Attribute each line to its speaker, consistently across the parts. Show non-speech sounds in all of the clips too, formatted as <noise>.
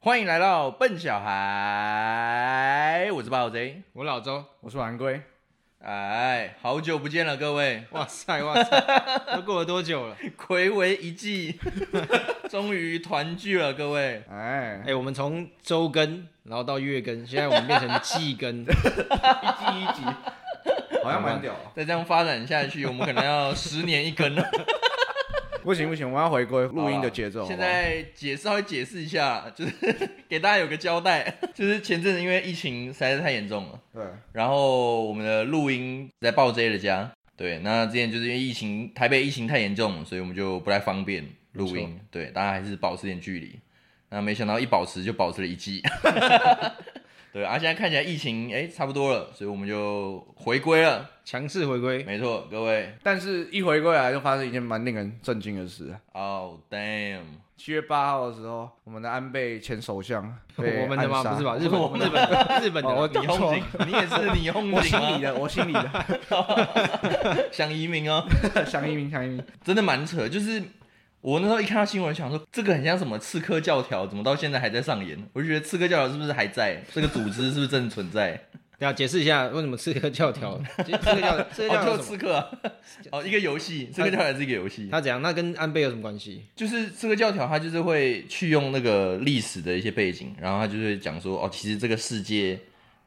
Speaker 1: 欢迎来到笨小孩，我是暴贼。
Speaker 2: 我老周，
Speaker 3: 我是晚归，
Speaker 1: 哎，好久不见了，各位，
Speaker 2: 哇塞哇塞，都过了多久
Speaker 3: <laughs>
Speaker 2: 了？
Speaker 1: 暌违一季， <laughs> 终于团聚了，各位。
Speaker 3: 哎
Speaker 2: 哎、，我们从周更，然后到月更，现在我们变成季
Speaker 3: <laughs>
Speaker 2: 更，
Speaker 3: 一集一集，好像蛮屌哦。
Speaker 1: 再这样发展下去，我们可能要十年一更了。
Speaker 3: 不行不行，我要回归 <laughs> 录音的节奏。
Speaker 1: 现在解稍微解释一下，就是给大家有个交代， <laughs> 就是前阵子因为疫情实在是太严重了，
Speaker 3: 好不好
Speaker 2: 啊
Speaker 3: 对，
Speaker 1: 然后我们的录音在暴 J 的家，对，那之前就是因为疫情，台北疫情太严重，所以我们就不太方便录音，对，大家还是保持点距离。那没想到一保持就保持了一季， <laughs> 对，啊，现在看起来疫情哎、差不多了，所以我们就回归了，
Speaker 2: 强势回归。
Speaker 1: 没错，各位
Speaker 3: 但是一回归来啊就发生一件蛮令人震惊的事。
Speaker 1: ，Oh damn，
Speaker 3: 七月八号的时候，我们的安倍前首相被
Speaker 2: <laughs> 我们的吗？
Speaker 3: 暗杀
Speaker 2: 不是吧？
Speaker 3: <laughs>
Speaker 2: 日本
Speaker 1: 我们
Speaker 2: 日本日本的
Speaker 3: 哦我
Speaker 2: 啦，
Speaker 1: 你
Speaker 3: 错
Speaker 1: 红警，你也是你红
Speaker 3: 我
Speaker 1: 警
Speaker 3: 心里
Speaker 1: 啊，
Speaker 3: <laughs> 的，我心里的，
Speaker 1: 想移民哦，
Speaker 3: 想移民，想移民。
Speaker 1: 真的蛮扯，就是我那时候一看到新闻，想说这个很像什么刺客教条，怎么到现在还在上演？我就觉得刺客教条是不是还在？这个组织是不是真的存在？
Speaker 2: 等一下解释一下为什么刺客教
Speaker 3: <laughs>
Speaker 2: 条，其实刺客教刺客教
Speaker 1: 哦，就是
Speaker 2: 条什么？
Speaker 1: 刺客、啊，哦，一个游戏，刺客教条是一个游戏，
Speaker 2: 他怎样？那跟安倍有什么关系？
Speaker 1: 就是刺客教条，它就是会去用那个历史的一些背景，然后它就会讲说，哦，其实这个世界。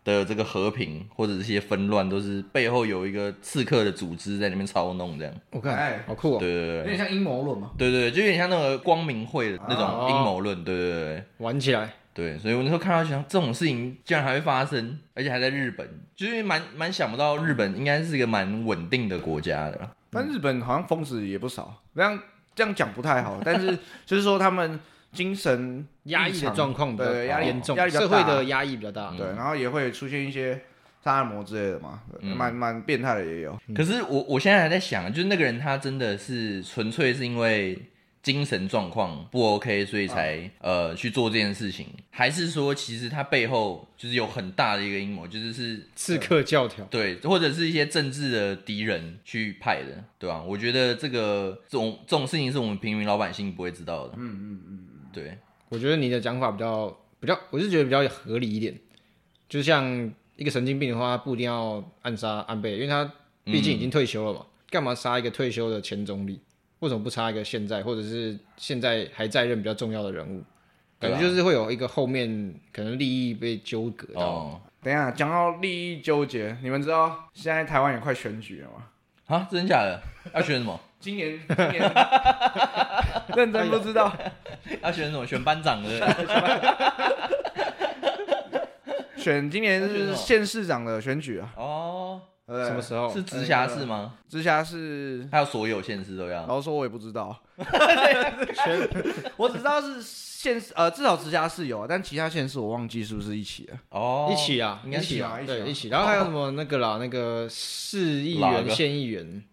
Speaker 1: 的这个和平或者这些纷乱，都是背后有一个刺客的组织在那边操弄，这样。
Speaker 2: 我
Speaker 3: 哎
Speaker 2: 看好酷
Speaker 1: 对
Speaker 2: 哦！
Speaker 1: 对
Speaker 3: 有
Speaker 1: 对
Speaker 3: 点像阴谋论嘛。啊
Speaker 1: 对对，就有点像那个光明会的那种
Speaker 2: 哦
Speaker 1: 阴谋论。对对对，
Speaker 2: 玩起来，
Speaker 1: 对，所以我那时候看到想，这种事情竟然还会发生，而且还在日本，就是蛮蛮想不到日本应该是一个蛮稳定的国家的。
Speaker 3: 但日本好像疯子也不少，这样这样讲不太好，但是就是说他们精神
Speaker 2: 压抑的状况比较
Speaker 3: 对压力
Speaker 2: 严重，
Speaker 3: 压力比较
Speaker 2: 社
Speaker 3: 大
Speaker 2: 会的压抑比较大。
Speaker 3: 对，然后也会出现一些杀人魔之类的嘛，
Speaker 1: 嗯
Speaker 3: 蛮蛮变态的也有。
Speaker 1: 可是我我现在还在想，就是那个人他真的是纯粹是因为精神状况不 OK，所以才、
Speaker 3: 啊
Speaker 1: 呃去做这件事情，还是说其实他背后就是有很大的一个阴谋，就是是
Speaker 2: 刺客教条，
Speaker 1: 对，或者是一些政治的敌人去派的，对吧、我觉得这个这种这种事情是我们平民老百姓不会知道的。嗯嗯嗯，对，
Speaker 2: 我觉得你的讲法比较比较，我是觉得比较合理一点。就像一个神经病的话，他不一定要暗杀安倍，因为他毕竟已
Speaker 1: 嗯
Speaker 2: 经退休了嘛，干嘛杀一个退休的前总理？为什么不杀一个现在或者是现在还在任比较重要的人物？
Speaker 1: 对
Speaker 2: 感
Speaker 1: 啊
Speaker 2: 觉就是会有一个后面可能利益被纠葛到。
Speaker 1: 哦，
Speaker 3: 等一下讲到利益纠结，你们知道现在台湾也快选举了吗？
Speaker 1: 啊，真的假的？要选什么？
Speaker 3: 今 <laughs> 年今年认真不知道，
Speaker 1: 要选什么？选班长的？
Speaker 3: 选今年是县市长的选举啊，
Speaker 1: 哦，
Speaker 3: 对不对
Speaker 2: 什么时候？
Speaker 1: 是直
Speaker 2: 哎
Speaker 1: 辖市吗？
Speaker 3: 直辖市，
Speaker 1: 还有所有县市都
Speaker 2: 啊
Speaker 1: 要
Speaker 2: 哦
Speaker 3: 然？后说我也不
Speaker 2: <laughs>
Speaker 3: 知道， <laughs> 我只知道是县市，呃，至少直辖市有，但其他县市我忘记是不是一起了。
Speaker 1: 哦，
Speaker 2: 一起啊，
Speaker 1: 应该
Speaker 2: 一起
Speaker 3: 一起啊
Speaker 2: 对，一起。然后还有什么那个啦，那个市议
Speaker 1: 哪
Speaker 2: 员、
Speaker 1: 个
Speaker 2: 县议员、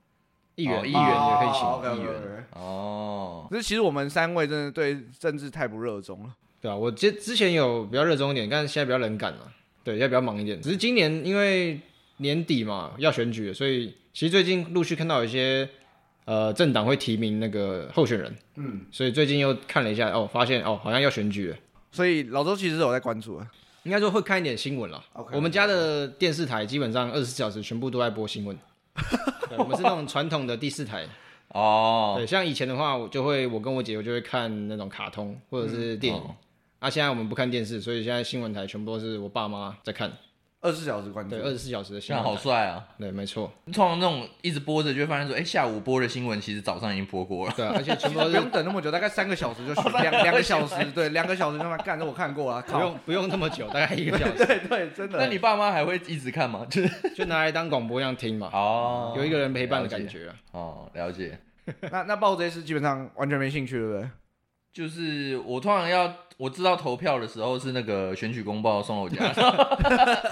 Speaker 2: 议
Speaker 1: 哦
Speaker 2: 员、
Speaker 1: 议
Speaker 2: 议
Speaker 1: 员
Speaker 2: 员也可以
Speaker 3: 哦
Speaker 2: 请，
Speaker 3: ，OK，OK，OK
Speaker 2: 议员。
Speaker 1: 哦，
Speaker 3: 只是其实我们三位真的对政治太不热衷了。
Speaker 2: 对啊，我之之前有比较热衷一点，但是现在比较冷感了。对，现在比较忙一点。只是今年因为年底嘛要选举了，所以其实最近陆续看到有一些呃政党会提名那个候选人，
Speaker 3: 嗯，
Speaker 2: 所以最近又看了一下，哦，发现哦好像要选举了，
Speaker 3: 所以老周其实有在关注的。
Speaker 2: 应该说会看一点新闻了。
Speaker 3: OK，
Speaker 2: 我们家的电视台基本上二十四小时全部都在播新闻。对我们是那种传统的第四台，
Speaker 1: 哦，
Speaker 2: 对，像以前的话，我就会我跟我姐，我就会看那种卡通或者是电影。
Speaker 1: 哦
Speaker 2: 啊，现在我们不看电视，所以现在新闻台全部都是我爸妈在看。
Speaker 3: 二十四小时关注
Speaker 2: 对，。二十四小时的
Speaker 1: 现
Speaker 2: 新
Speaker 1: 在好
Speaker 2: 闻。
Speaker 1: 帅啊！
Speaker 2: 对，没错，
Speaker 1: 通常那种一直播着，就会发现说，哎，下午播的新闻其实早上已经播过了。
Speaker 2: 对啊、而且全部
Speaker 3: <laughs> 不
Speaker 2: 都是
Speaker 3: 用等那么久，大概三个小时就
Speaker 2: <laughs> 哦
Speaker 3: 选两两个小时，对，两个小时就慢慢干，这我看过了，
Speaker 2: 不
Speaker 3: 靠，
Speaker 2: 用不用那么久，大概一个小时，
Speaker 3: <laughs> 对对，真的。
Speaker 1: 那你爸妈还会一直看吗？就是
Speaker 2: 就拿来当广播一样听嘛，
Speaker 1: 哦，
Speaker 2: 有一个人陪伴的感
Speaker 1: 了解
Speaker 2: 觉啊。
Speaker 1: 哦，了解。
Speaker 3: <laughs> 那那报这些事基本上完全没兴趣，对不对？
Speaker 1: 就是我通常要我知道投票的时候是那个选举公报送到我家，
Speaker 3: <laughs>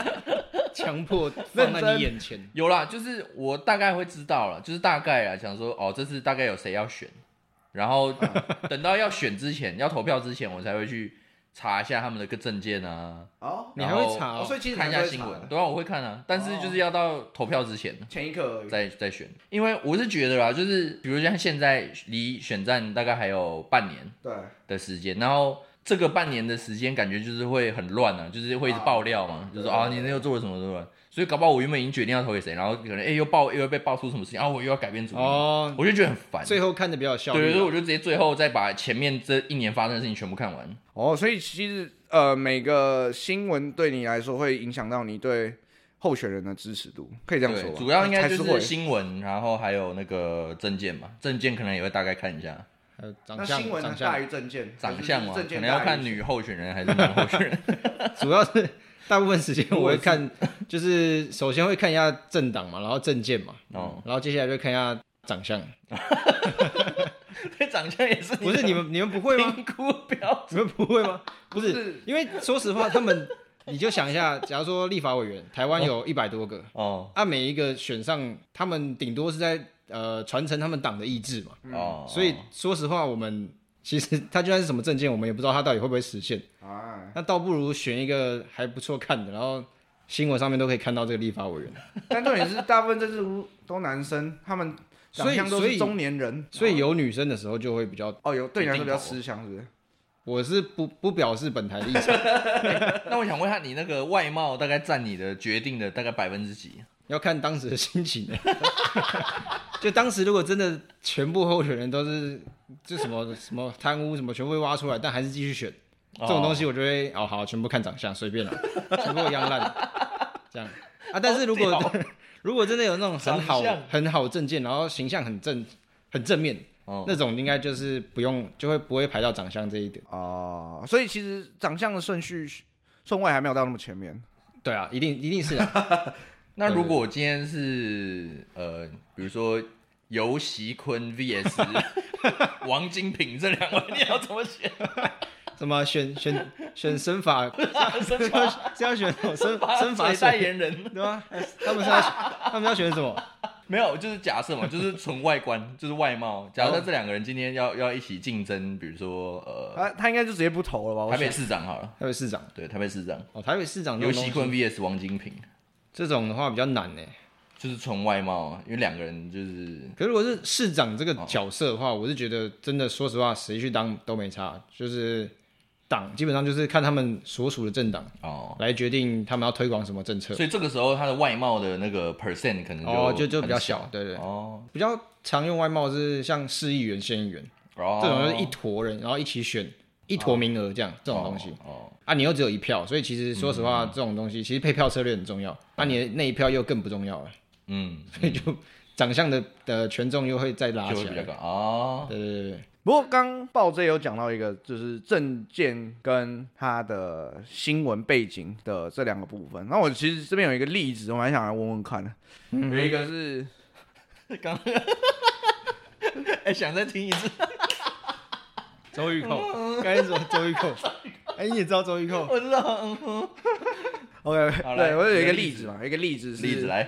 Speaker 2: 强迫放在你眼前，
Speaker 1: 有啦，就是我大概会知道了，就是大概啊，想说哦，这次大概有谁要选，然
Speaker 3: <laughs>
Speaker 1: 后等到要选之前，要投票之前，我才会去查一下他们的个证件啊，
Speaker 3: 哦，
Speaker 2: 你
Speaker 1: 然
Speaker 2: 还会
Speaker 1: 后
Speaker 2: 查
Speaker 3: 哦
Speaker 2: 哦、
Speaker 3: 所以其实
Speaker 1: 看一
Speaker 3: 你还
Speaker 1: 下
Speaker 3: 是会
Speaker 1: 新
Speaker 3: 查哦
Speaker 1: 闻，
Speaker 3: 的
Speaker 1: 对啊，我会看啊，但是就是要到投票之前
Speaker 3: 前一刻而已。
Speaker 1: 再再选，因为我是觉得啦，就是比如像现在离选战大概还有半年
Speaker 3: 对，
Speaker 1: 的时间，然后这个半年的时间，感觉就是会很乱啊，就是会一直爆料嘛，就是说啊，你那又做了什么什么，所以搞不好我原本已经决定要投给谁，然后可能哎、又爆又会被爆出什么事情，啊，我又要改变主意，
Speaker 2: 哦，
Speaker 1: 我就觉得很烦。
Speaker 2: 最后看的比较有效
Speaker 1: 对，
Speaker 2: 率
Speaker 1: 所以
Speaker 2: 啊。
Speaker 1: 我就直接最后再把前面这一年发生的事情全部看完。
Speaker 3: 哦，所以其实呃，每个新闻对你来说会影响到你对候选人的支持度，可以这样说
Speaker 1: 对，
Speaker 3: 吧？
Speaker 1: 主要应该
Speaker 3: 还
Speaker 1: 就是
Speaker 3: 会
Speaker 1: 新闻，然后还有那个证件嘛，证件可能也会大概看一下
Speaker 2: 还有长
Speaker 3: 那
Speaker 2: 相，
Speaker 3: 新闻呢
Speaker 2: 长
Speaker 3: 大
Speaker 2: 相
Speaker 3: 于证件，
Speaker 1: 长相嘛，
Speaker 3: 证
Speaker 1: 可
Speaker 3: 件
Speaker 1: 能要看女候选人还是男候选人。
Speaker 2: 主要是 <laughs> 大部分时间我会看，就是首先会看一下政党嘛，然后证件嘛，
Speaker 1: 哦， <laughs>
Speaker 2: 然后接下来就看一下长 <laughs> 相。
Speaker 1: 对，长相也是
Speaker 2: 不是你们你们不会 <laughs> 吗？
Speaker 1: 评估标
Speaker 2: 你们不会 <laughs> 吗？不
Speaker 3: 是
Speaker 2: 是，因为说实话，他们 <laughs> 你就想一下，假如说立法委员，台湾有一百多个，
Speaker 1: 哦
Speaker 2: 啊，每一个选上，他们顶多是在呃传承他们党的意志嘛。
Speaker 1: 哦，
Speaker 2: 所以说实话，我们其实他就算是什么证件，我们也不知道他到底会不会实现。
Speaker 3: 啊，
Speaker 2: 那倒不如选一个还不错看的，然后新闻上面都可以看到这个立法委员。
Speaker 3: <laughs> 但重点是大部分政治人物都男生，他们长
Speaker 2: 所以
Speaker 3: 相都
Speaker 2: 所
Speaker 3: 是
Speaker 2: 以
Speaker 3: 中年人，
Speaker 2: 所以有女生的时候就会比较，
Speaker 3: 哦有对你来说比较
Speaker 1: 一定投
Speaker 3: 吃香，是不是？
Speaker 2: 我是不不表示本台立场，
Speaker 1: <laughs> 那我想问一下，你那个外貌大概占你的决定的大概百分之几？
Speaker 2: 要看当时的心情。 <laughs> 就当时如果真的全部候选人都是就什么什么贪污什么全部被挖出来，但还是继续选这种东西，我就会哦好，全部看长相，随便
Speaker 1: <laughs>
Speaker 2: 了，全部一样烂，这样啊。但是如果
Speaker 1: 好
Speaker 2: <laughs> 如果真的有那种很好
Speaker 1: 长相
Speaker 2: 很好证件，然后形象很正很正面，
Speaker 1: 哦，
Speaker 2: 那种应该就是不用，就会不会排到长相这一点。
Speaker 3: 哦，所以其实长相的顺序顺位还没有到那么前面。
Speaker 2: 对啊，一定一定是
Speaker 1: <laughs>
Speaker 2: 啊。
Speaker 1: 那如果我今天是呃，比如说尤习坤 <laughs> VS 王金平这两位，你要怎么 <laughs> 选？
Speaker 2: 什么选选选身法，
Speaker 1: 身
Speaker 2: 要 <laughs> 是要选什么身身法
Speaker 1: 水代
Speaker 2: 水，
Speaker 1: 言人
Speaker 2: 对吧？他们是要他们要选什么？
Speaker 1: <laughs> 没有，就是假设嘛，就是纯外观，就是外貌。假设这两个人今天要要一起竞争，比如说呃，
Speaker 3: 他他应该就直接不投了吧？我
Speaker 1: 台北
Speaker 3: 想
Speaker 1: 市长好了，
Speaker 2: 台北市长
Speaker 1: 对，台北市长
Speaker 2: 哦，台北市长这
Speaker 1: 尤
Speaker 2: 种东
Speaker 1: 习
Speaker 2: 西
Speaker 1: 坤 VS 王金平，
Speaker 2: 这种的话比较难呢。
Speaker 1: 就是纯外貌啊，因为两个人就是
Speaker 2: 可是如果是市长这个
Speaker 1: 哦
Speaker 2: 角色的话，我是觉得真的，说实话，谁去当都没差，就是党基本上就是看他们所属的政党
Speaker 1: 哦。
Speaker 2: 来决定他们要推广什么政策，
Speaker 1: 所以这个时候他的外貌的那个 percent 可能
Speaker 2: 哦，就
Speaker 1: 就
Speaker 2: 就比较
Speaker 1: 很
Speaker 2: 小，对对。
Speaker 1: 哦，
Speaker 2: 比较常用外貌是像市议员、县议员
Speaker 1: 哦
Speaker 2: 这种，就是一坨人，然后一起选一坨名额这样这种东西
Speaker 1: 哦，嗯
Speaker 2: 啊，你又只有一票，所以其实说实话，这种东西其实配票策略很重要，啊，你的那一票又更不重要了， <laughs>
Speaker 1: 嗯，
Speaker 2: 所以就长相的的权重又会再拉
Speaker 1: 就
Speaker 2: 起
Speaker 1: 会比较
Speaker 2: 来。
Speaker 1: 高哦。
Speaker 2: 对对对对，
Speaker 3: 不过刚报 J 有讲到一个，就是证件跟他的新闻背景的这两个部分。那我其实这边有一个例子，我蛮想来问问看的。有一个是
Speaker 1: 刚， <laughs> 哎，想再听一
Speaker 2: <laughs>
Speaker 1: 次，
Speaker 2: 周玉蔻，该说 <laughs> 周玉蔻，哎，你也知道周玉蔻，
Speaker 1: <laughs> 我知道，嗯哼，
Speaker 3: OK，
Speaker 1: 好来
Speaker 3: 对我有
Speaker 1: 一
Speaker 3: 一个
Speaker 1: 个
Speaker 3: 例
Speaker 1: 例
Speaker 3: 子
Speaker 1: 子
Speaker 3: 嘛，有一个例子是
Speaker 1: 例子，来，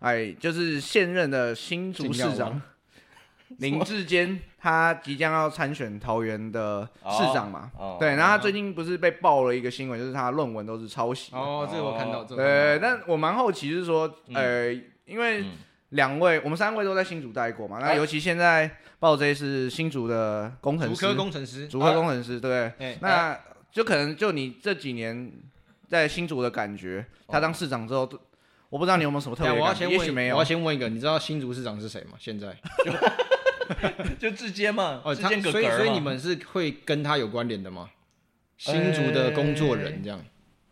Speaker 3: 哎，就是现任的新竹市
Speaker 2: 尽量
Speaker 3: 长 <laughs> 林志坚，他即将要参选桃园的市长嘛。
Speaker 1: 哦
Speaker 3: 对，然后他最近不是被爆了一个新闻，就是他论文都是抄袭
Speaker 2: <laughs>
Speaker 3: 的。
Speaker 2: 哦，这个我看到，
Speaker 1: 哦
Speaker 2: 这个
Speaker 3: 对，
Speaker 2: 我看到
Speaker 3: 但呃我蛮好奇是说，
Speaker 2: 嗯
Speaker 3: 呃，因为
Speaker 1: 嗯
Speaker 3: 两位我们三位都在新竹待过嘛，那
Speaker 1: 哎
Speaker 3: 尤其现在鲍 J 是新竹的工程
Speaker 2: 竹
Speaker 3: 师，
Speaker 2: 科工程师，
Speaker 3: 竹科工程师，对不对
Speaker 2: 哎，
Speaker 3: 那就可能就你这几年在新竹的感觉，他当市长之后，我不知道你有没有什么特
Speaker 2: 等一
Speaker 3: 别
Speaker 2: 下哦哎我要
Speaker 3: 的感觉，
Speaker 2: 先
Speaker 3: 也
Speaker 2: 问，
Speaker 3: 许没
Speaker 2: 我要
Speaker 3: 有。
Speaker 2: 先问一个，你知道新竹市长是谁吗？现在？
Speaker 1: 就志坚嘛，
Speaker 2: <laughs> 哦，
Speaker 1: 志
Speaker 2: 他
Speaker 1: 坚哥哥
Speaker 2: 所以
Speaker 1: 嘛
Speaker 2: 所以你们是会跟他有关联的吗？新竹的工作人这样，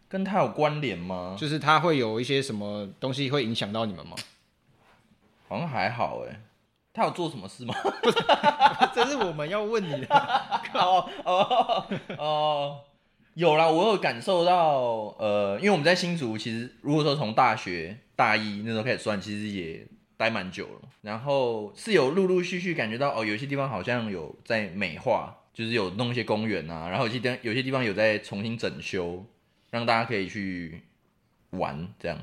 Speaker 1: 跟他有关联吗？
Speaker 2: 就是他会有一些什么东西会影响到你们 <laughs> 吗？
Speaker 1: 好像还好哎，他有做什么事吗？
Speaker 2: 啊这是我们要问你的。
Speaker 1: 哦哦哦，有啦，我有感受到，呃，因为我们在新竹，其实如果说从大学大一那时候开始算，其实也待蛮久了，然后是有陆陆续续感觉到，哦，有些地方好像有在美化，就是有弄一些公园啊，然后有些地方有些地方有在重新整修，让大家可以去玩，这样。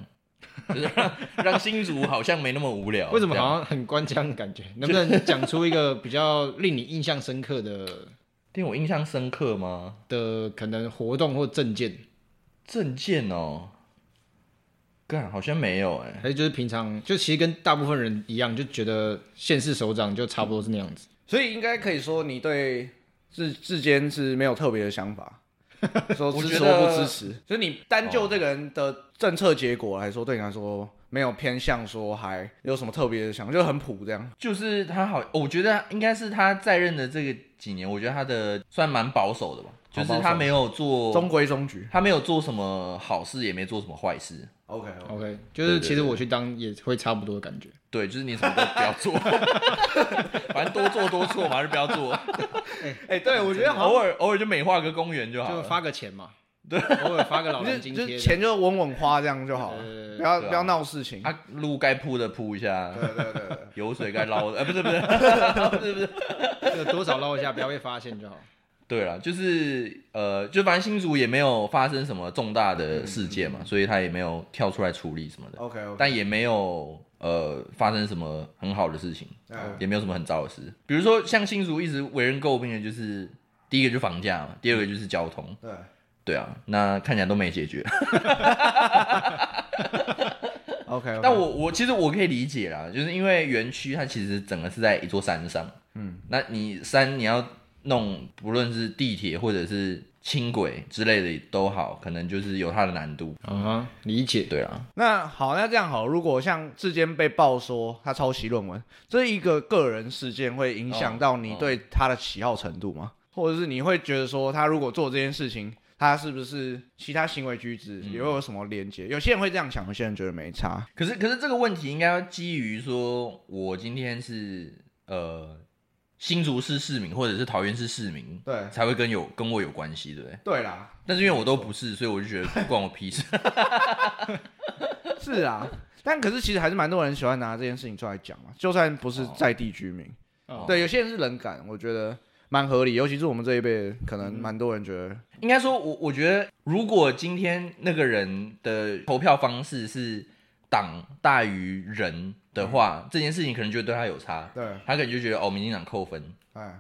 Speaker 1: 就是让让新竹好像没那么无聊，
Speaker 2: <laughs> 为什么
Speaker 1: 这样
Speaker 2: 好像很官腔的感觉？能不能讲出一个比较令你印象深刻的
Speaker 1: <laughs> 对我印象深刻吗？
Speaker 2: 的可能活动或证件，
Speaker 1: 证件哦，干好像没有哎、
Speaker 2: 还是就是平常就其实跟大部分人一样，就觉得县市首长就差不多是那样子。
Speaker 3: 所以应该可以说，你对至至今是没有特别的想
Speaker 1: <laughs>
Speaker 3: 法，说
Speaker 1: 我
Speaker 3: 支
Speaker 1: 觉
Speaker 3: 持或不
Speaker 1: 得哦
Speaker 3: 支持。就是你单就这个人的政策结果来说，对你来说没有偏向说还有什么特别的想法，就很普这样。
Speaker 1: 就是他好，我觉得应该是他在任的这个几年，我觉得他的算蛮保守的吧，
Speaker 3: 好
Speaker 1: 就
Speaker 3: 保守
Speaker 1: 是他没有做
Speaker 3: 中，规中矩。
Speaker 1: 他没有做什么好事，也没做什么坏事。
Speaker 3: OK，
Speaker 2: OK，就
Speaker 1: 对
Speaker 2: 是其实我去当也会差不多的感觉。
Speaker 1: 对，就是你什么都不要
Speaker 3: <laughs>
Speaker 1: 做，反正多做多错嘛，就不要做。
Speaker 3: 哎、对我觉得好
Speaker 1: 偶尔偶尔就美化个公园就好
Speaker 2: 就
Speaker 1: 了。
Speaker 2: 发个钱嘛，对，偶尔发个老
Speaker 3: 像，
Speaker 2: 人
Speaker 3: 就
Speaker 2: 津 <laughs>
Speaker 3: 就是
Speaker 2: 贴，
Speaker 3: 钱就稳稳花这样就好了，
Speaker 2: 呃
Speaker 3: 不要、
Speaker 1: 对啊
Speaker 3: 不要闹事情。
Speaker 1: 啊，路该铺的铺一下，
Speaker 3: 对对对对，
Speaker 1: 油水该捞的，呃，不是不
Speaker 3: <laughs>
Speaker 1: 是，
Speaker 2: 就多少捞一下，不要被发现就好。
Speaker 1: 对了，就是呃，就反正新竹也没有发生什么重大
Speaker 3: 嗯
Speaker 1: 的事件嘛，所以他也没有跳出来处理什么的，
Speaker 3: OK OK，
Speaker 1: 但也没有呃发生什么很好的事情，
Speaker 3: 嗯
Speaker 1: 也没有什么很糟的事。比如说像新竹一直为人诟病的就是第一个就是房价嘛，第二个就是交通，
Speaker 3: 对，
Speaker 1: 对啊，那看起来都没解决。
Speaker 3: OK，
Speaker 1: 但我我其实我可以理解啦，就是因为园区它其实整个是在一座山上，嗯，那你山你要弄，不论是地铁或者是轻轨之类的都好，可能就是有它的难度。
Speaker 2: <laughs> 啊，理解。
Speaker 1: 对啦，
Speaker 3: 那好，那这样好，如果像志坚被爆说他抄袭论文，这一个个人事件会影响到你对他的喜好程度吗？或者是你会觉得说他如果做这件事情，他是不是其他行为举止也会有什么连接？有些人会这样想，有些人觉得没差。
Speaker 1: 可是可是这个问题应该要基于说，我今天是呃新竹市市民或者是桃园市市民，
Speaker 3: 对
Speaker 1: 才会跟有跟我有关系，对不对？
Speaker 3: 对啦，
Speaker 1: 但是因为我都不是，所以我就觉得不关我屁事。
Speaker 3: 是啊，但可是其实还是蛮多人喜欢拿这件事情出来讲嘛，就算不是在地居民，
Speaker 2: 哦
Speaker 3: 对，有些人是冷感，我觉得蛮合理，尤其是我们这一辈，可能蛮多人觉得，
Speaker 1: 应该说，我我觉得，如果今天那个人的投票方式是党大于人的话，这件事情可能就对他有差，
Speaker 3: 对，
Speaker 1: 他可能就觉得哦，民进党扣分。
Speaker 3: 哎，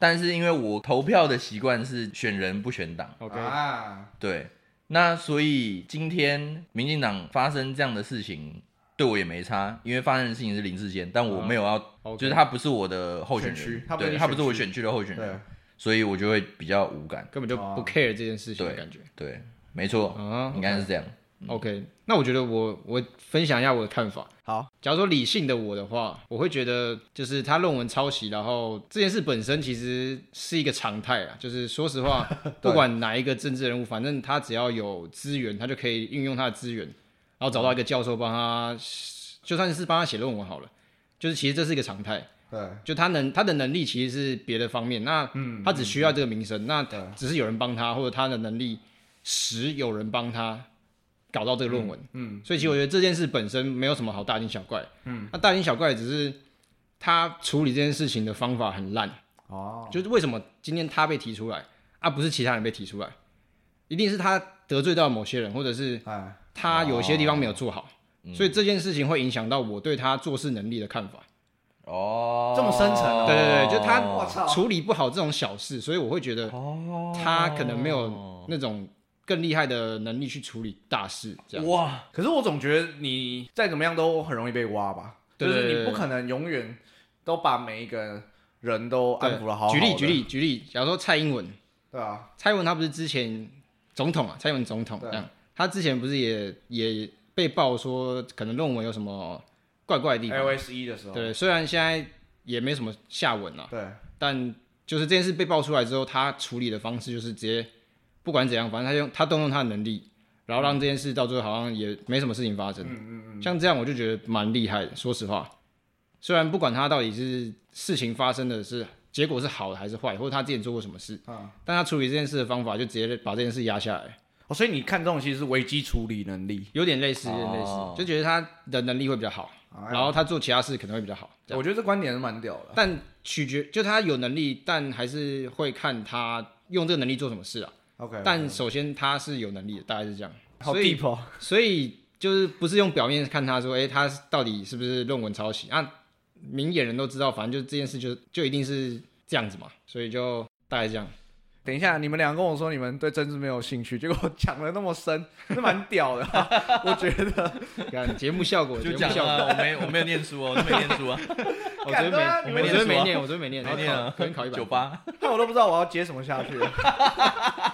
Speaker 1: 但是因为我投票的习惯是选人不选党，
Speaker 2: OK，
Speaker 3: 啊，
Speaker 1: 对，那所以今天民进党发生这样的事情，对我也没差，因为发生的事情是林志坚，但我没有要，
Speaker 2: 嗯 OK
Speaker 1: 就是他不是我的候选人，
Speaker 3: 选区他
Speaker 1: 他
Speaker 3: 不是你
Speaker 1: 对，他不是
Speaker 3: 选
Speaker 1: 我
Speaker 3: 区
Speaker 1: 选区的候选
Speaker 3: 对
Speaker 1: 人，。所以我就会比较无感。
Speaker 2: 根本就
Speaker 3: 哦
Speaker 2: 不 care 这件事情的
Speaker 1: 对
Speaker 2: 感觉
Speaker 1: 对，没错，
Speaker 2: 啊。
Speaker 1: 应该是这样。
Speaker 2: OK，那我觉得我我分享一下我的看法。
Speaker 3: 好，
Speaker 2: 假如说理性的我的话，我会觉得就是他论文抄袭，然后这件事本身其实是一个常态啦。就是说实话， <laughs> 不管哪一个政治人物，反正他只要有资源，他就可以运用他的资源，然后找到一个教授帮他，就算是帮他写论文好了。就是其实这是一个常态。
Speaker 3: 对，
Speaker 2: 就他能他的能力其实是别的方面，那他只需要这个名声，那
Speaker 3: 嗯对
Speaker 2: 只是有人帮他，或者他的能力使有人帮他搞到这个论文
Speaker 3: 嗯
Speaker 2: 所以其实我觉得这件事本身没有什么好大惊小怪，嗯，那大惊小怪只是他处理这件事情的方法很烂，
Speaker 3: 哦，
Speaker 2: 就是为什么今天他被提出来，啊不是其他人被提出来，一定是他得罪到某些人，或者是
Speaker 3: 哎，
Speaker 2: 他有些地方没有做
Speaker 3: 哦
Speaker 2: 好，
Speaker 3: 嗯
Speaker 2: 所以这件事情会影响到我对他做事能力的看法。
Speaker 1: 哦，
Speaker 3: 这么深层哦
Speaker 2: 对对对，就
Speaker 3: 我
Speaker 2: 他
Speaker 3: 操
Speaker 2: 处理不好这种小事，所以我会觉得
Speaker 1: 哦
Speaker 2: 他可能没有那种更厉害的能力去处理大事，这样。
Speaker 1: 哇，
Speaker 3: 可是我总觉得你再怎么样都很容易被挖吧，
Speaker 2: 对对
Speaker 3: 就是
Speaker 2: 对
Speaker 3: 你
Speaker 2: 对
Speaker 3: 不可能永远都把每一个人都安抚了好好
Speaker 2: 举例
Speaker 3: 的
Speaker 2: 举，例举例，假如说蔡英文，
Speaker 3: 对啊，
Speaker 2: 蔡英文他不是之前总统啊，蔡英文总统
Speaker 3: 对
Speaker 2: 这样，他之前不是也也被爆说可能论文有什么怪怪的地方，
Speaker 3: ，iOS 一的时候，
Speaker 2: 对，虽然现在也没什么下文啊了，
Speaker 3: 对，
Speaker 2: 但就是这件事被爆出来之后，他处理的方式就是直接不管怎样，反正他用他动用他的能力，然后让这件事到最后好像也没什么事情发生。嗯嗯嗯像这样我就觉得蛮厉害的，说实话。虽然不管他到底是事情发生的是结果是好的还是坏，或者他之前做过什么事，
Speaker 3: 嗯
Speaker 2: 但他处理这件事的方法就直接把这件事压下来，
Speaker 3: 哦，所以你看中的其实是危机处理能力，
Speaker 2: 有点类似，有点类似，
Speaker 1: 哦
Speaker 2: 就觉得他的能力会比较好，
Speaker 3: 哎
Speaker 2: 然后他做其他事可能会比较好。这样
Speaker 3: 我觉得这观点是蛮屌的，
Speaker 2: 但取决就他有能力，但还是会看他用这个能力做什么事啊。
Speaker 1: 嗯
Speaker 3: ，OK，
Speaker 2: 但首先他是有能力的，大概是这样。
Speaker 3: 好
Speaker 2: 所以
Speaker 3: deep 哦，
Speaker 2: 所以就是不是用表面看他说，哎、他到底是不是论文抄袭啊？
Speaker 1: <laughs>
Speaker 2: 明眼人都知道，反正就这件事就就一定是这样子嘛，所以就大概这样。
Speaker 3: 等一下，你们两个跟我说你们对政治没有兴趣，结果我讲的那么深，那蛮屌的啊、
Speaker 2: <laughs>
Speaker 3: 我觉得。
Speaker 2: 看节目效果，节
Speaker 1: 就
Speaker 2: 目
Speaker 1: 讲
Speaker 2: 效果。
Speaker 1: 啊，我没我没有念书哦，我都没念书啊，
Speaker 2: 我昨天
Speaker 3: 干对啊你
Speaker 2: 没，
Speaker 1: 们
Speaker 2: <laughs> 我昨
Speaker 1: 念书
Speaker 2: 天没
Speaker 1: 啊
Speaker 2: 念，我昨天没念，
Speaker 1: 没念
Speaker 2: 然后
Speaker 1: 啊
Speaker 2: 考可能考一
Speaker 1: <laughs>
Speaker 2: 百。
Speaker 1: 九，八，
Speaker 3: 那我都不知道我要接什么下去了。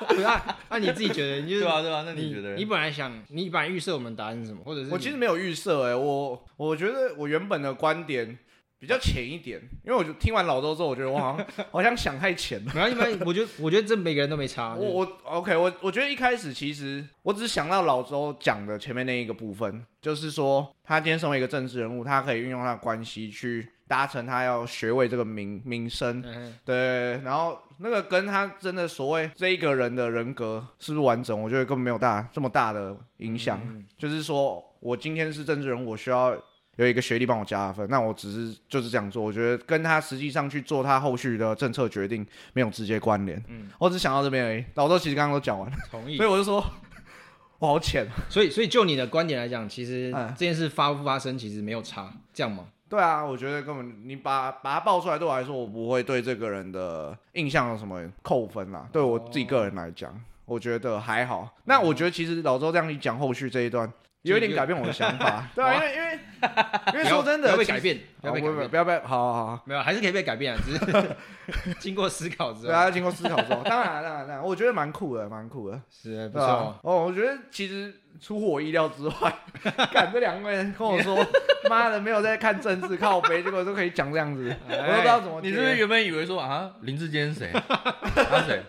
Speaker 2: 不是啊？那你自己觉得，你就是
Speaker 1: 对啊对啊，那
Speaker 2: 你
Speaker 1: 你觉得？
Speaker 2: 你本来想，你本来预设我们答案是什么，或者是
Speaker 3: 我
Speaker 2: 你
Speaker 3: 其实没有预设哎，我我觉得我原本的观点比较浅一点，因为我就听完老周之后，我觉得我好像 <laughs> 好像想太浅
Speaker 2: <laughs>
Speaker 3: 了。
Speaker 2: 没有，一般我觉得我觉得这每个人都没差。
Speaker 3: 我我 OK，我我觉得一开始其实我只是想到老周讲的前面那一个部分，就是说他今天身为一个政治人物，他可以运用他的关系去达成他要学位这个名名声
Speaker 2: 就，嗯
Speaker 3: 对，然后那个跟他真的所谓这一个人的人格是不是完整，我觉得根本没有大这么大的影响。
Speaker 2: 嗯
Speaker 3: 就是说我今天是政治人物，我需要有一个学历帮我加分，那我只是就是这样做。我觉得跟他实际上去做他后续的政策决定没有直接关联。嗯，我只想到这边而已。老周其实刚刚都讲完了，
Speaker 2: 同意
Speaker 3: 所。以我就说我好浅。
Speaker 2: 所以所以就你的观点来讲，其实
Speaker 3: 嗯
Speaker 2: 这件事发不发生其实没有差，这样吗？
Speaker 3: 对啊，我觉得根本你把把他爆出来，对我来说，我不会对这个人的印象有什么扣分啦。对我自己个人来讲，我觉得还好。那我觉得其实老周这样一讲，后续这一段有一点改变我的想法。对啊，因为因为因为说真
Speaker 2: 不要
Speaker 3: 的，
Speaker 2: 不要被
Speaker 3: 其实
Speaker 2: 改，变，不
Speaker 3: 好
Speaker 2: 要
Speaker 3: 哦
Speaker 2: 被
Speaker 3: 不
Speaker 2: 改
Speaker 3: 要
Speaker 2: 变，
Speaker 3: 不要被，好好好。
Speaker 2: 没有，还是可以被改变啊，只是
Speaker 3: <laughs>
Speaker 2: 经过思考之
Speaker 3: 对
Speaker 2: 后，
Speaker 3: 啊，经过思考之后，当然当然当然，我觉得蛮酷的，蛮酷的，
Speaker 2: 是不
Speaker 3: 对
Speaker 2: 错
Speaker 3: 吧
Speaker 2: 哦。？
Speaker 3: 哦，我觉得其实出乎我意料之外， <laughs> 感这两个人跟我说，妈的，没有在看政治靠背，结果都可以讲这样子，我都不知道怎么接。
Speaker 1: 你是不是原本以为说啊，林志坚是谁？他是谁？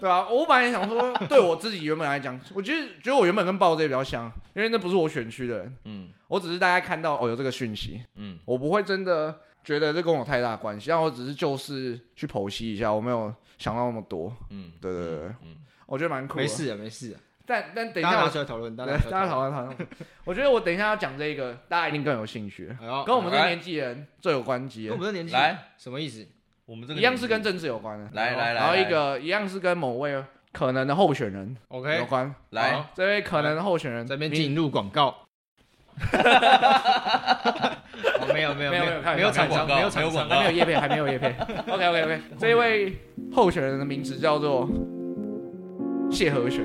Speaker 3: 对啊，我本来想说，对我自己原本来讲，我其实觉得我原本跟豹这比较像，因为那不是我选区的人，
Speaker 1: 嗯
Speaker 3: 我只是大概看到哦有这个讯息，
Speaker 1: 嗯，
Speaker 3: 我不会真的觉得这跟我太大关系，但我只是就是去剖析一下，我没有想到那么多，
Speaker 1: 嗯，
Speaker 3: 对对对对
Speaker 1: 嗯，
Speaker 3: 我觉得蛮酷的。
Speaker 2: 没，事啊，没事啊，
Speaker 3: 但但等一
Speaker 2: 大家
Speaker 3: 下
Speaker 2: 拿
Speaker 3: 我
Speaker 2: 出来讨论，大
Speaker 3: 对
Speaker 2: 家
Speaker 3: 大家
Speaker 2: 论。
Speaker 3: 讨论讨论，我觉得我等一下要讲这
Speaker 2: <laughs>
Speaker 3: 个，大家一定更有兴趣，
Speaker 2: 哎呦
Speaker 3: 跟我们这
Speaker 1: 来
Speaker 3: 年纪人最有关系
Speaker 2: 跟我们的
Speaker 3: 的，
Speaker 2: 年纪
Speaker 1: 来
Speaker 2: 什么意思？
Speaker 1: 我们这个
Speaker 3: 一样是
Speaker 1: 年
Speaker 3: 跟
Speaker 1: 纪
Speaker 3: 政治有关的，
Speaker 1: 来来来
Speaker 3: 然后一
Speaker 1: 来
Speaker 3: 个一样是跟某位可能的候选人
Speaker 2: OK，
Speaker 3: 有关。
Speaker 1: 来
Speaker 2: 好
Speaker 3: 这位可能候选人
Speaker 2: 这边进入广告。哦，没有没有
Speaker 3: 没有
Speaker 2: 没
Speaker 3: 没有看
Speaker 2: 没有厂
Speaker 1: 广
Speaker 2: 商
Speaker 1: 告
Speaker 2: 没有
Speaker 1: 没
Speaker 2: 厂
Speaker 1: 有广
Speaker 2: 商
Speaker 3: 还
Speaker 1: 告
Speaker 3: 没有叶片，还没有叶片。OK OK OK，这一位候选人的名字叫做谢和弦。